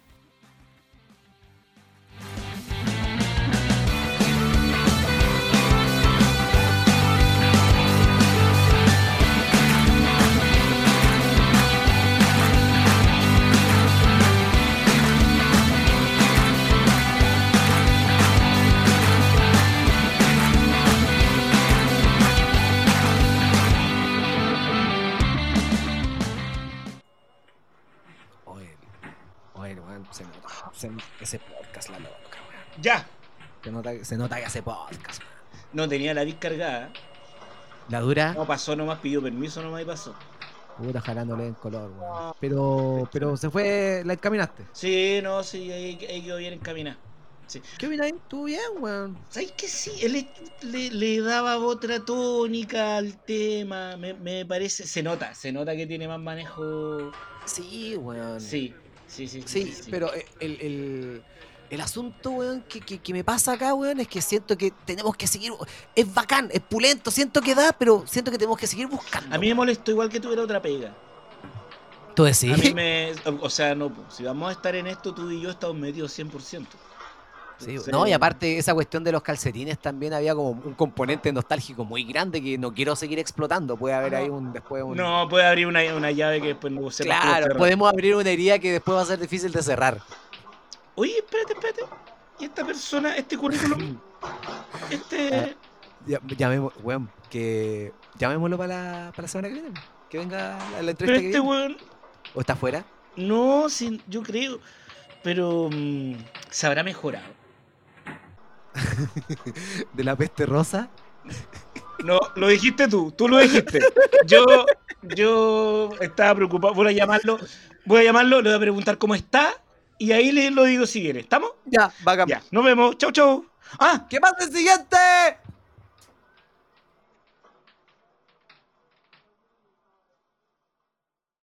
Oye, oye, weón, se nota, se nota que ese podcast la loca, weón.
Ya.
Se nota, se nota que hace podcast, weón.
No tenía la vid cargada.
Ah. La dura,
No pasó nomás, pidió permiso nomás y pasó.
puta, ojalá no le den color, weón. Pero, pero se fue, la encaminaste.
Sí, no, sí, ahí, ahí quedó bien encaminada.
¿Qué opináis? Estuvo bien, weón.
¿Sabes que sí? Él le, le daba otra tónica al tema. Me, me parece, se nota, se nota que tiene más manejo.
Sí, weón.
Sí, sí, sí.
Sí, pero e- el, el- el asunto, weón, que, que- que me pasa acá, weón, es que siento que tenemos que seguir. Es bacán, es pulento, siento que da, pero siento que tenemos que seguir buscando.
A mí me molestó igual que tuviera otra pega.
Tú
A mí
decís.
me. O o sea, no, po, si vamos a estar en esto, tú y yo estamos metidos 100%.
Sí,
Entonces,
no, y aparte, esa cuestión de los calcetines también había como un componente nostálgico muy grande que no quiero seguir explotando. Puede haber
No.
ahí un después un.
No, puede abrir una, una llave que después no se
claro, podemos abrir una herida que después va a ser difícil de cerrar.
Oye, espérate, espérate. ¿Y esta persona, este currículum?
Ah,
Este.
Ya- llamemos, weón, que llamémoslo para la, para la semana que viene. Que venga la, la
Pero
entrevista que
este
viene.
weón.
¿O está afuera?
No, sí, yo creo. Pero mm, se habrá mejorado.
de la peste rosa.
No, lo dijiste tú, tú lo dijiste. Yo, yo estaba preocupado, voy a llamarlo, voy a llamarlo, le voy a preguntar cómo está y ahí le lo digo si quiere. ¿Estamos?
Ya, va a
Ya, nos vemos. Chau, chau. Ah,
¿Qué pasa el siguiente?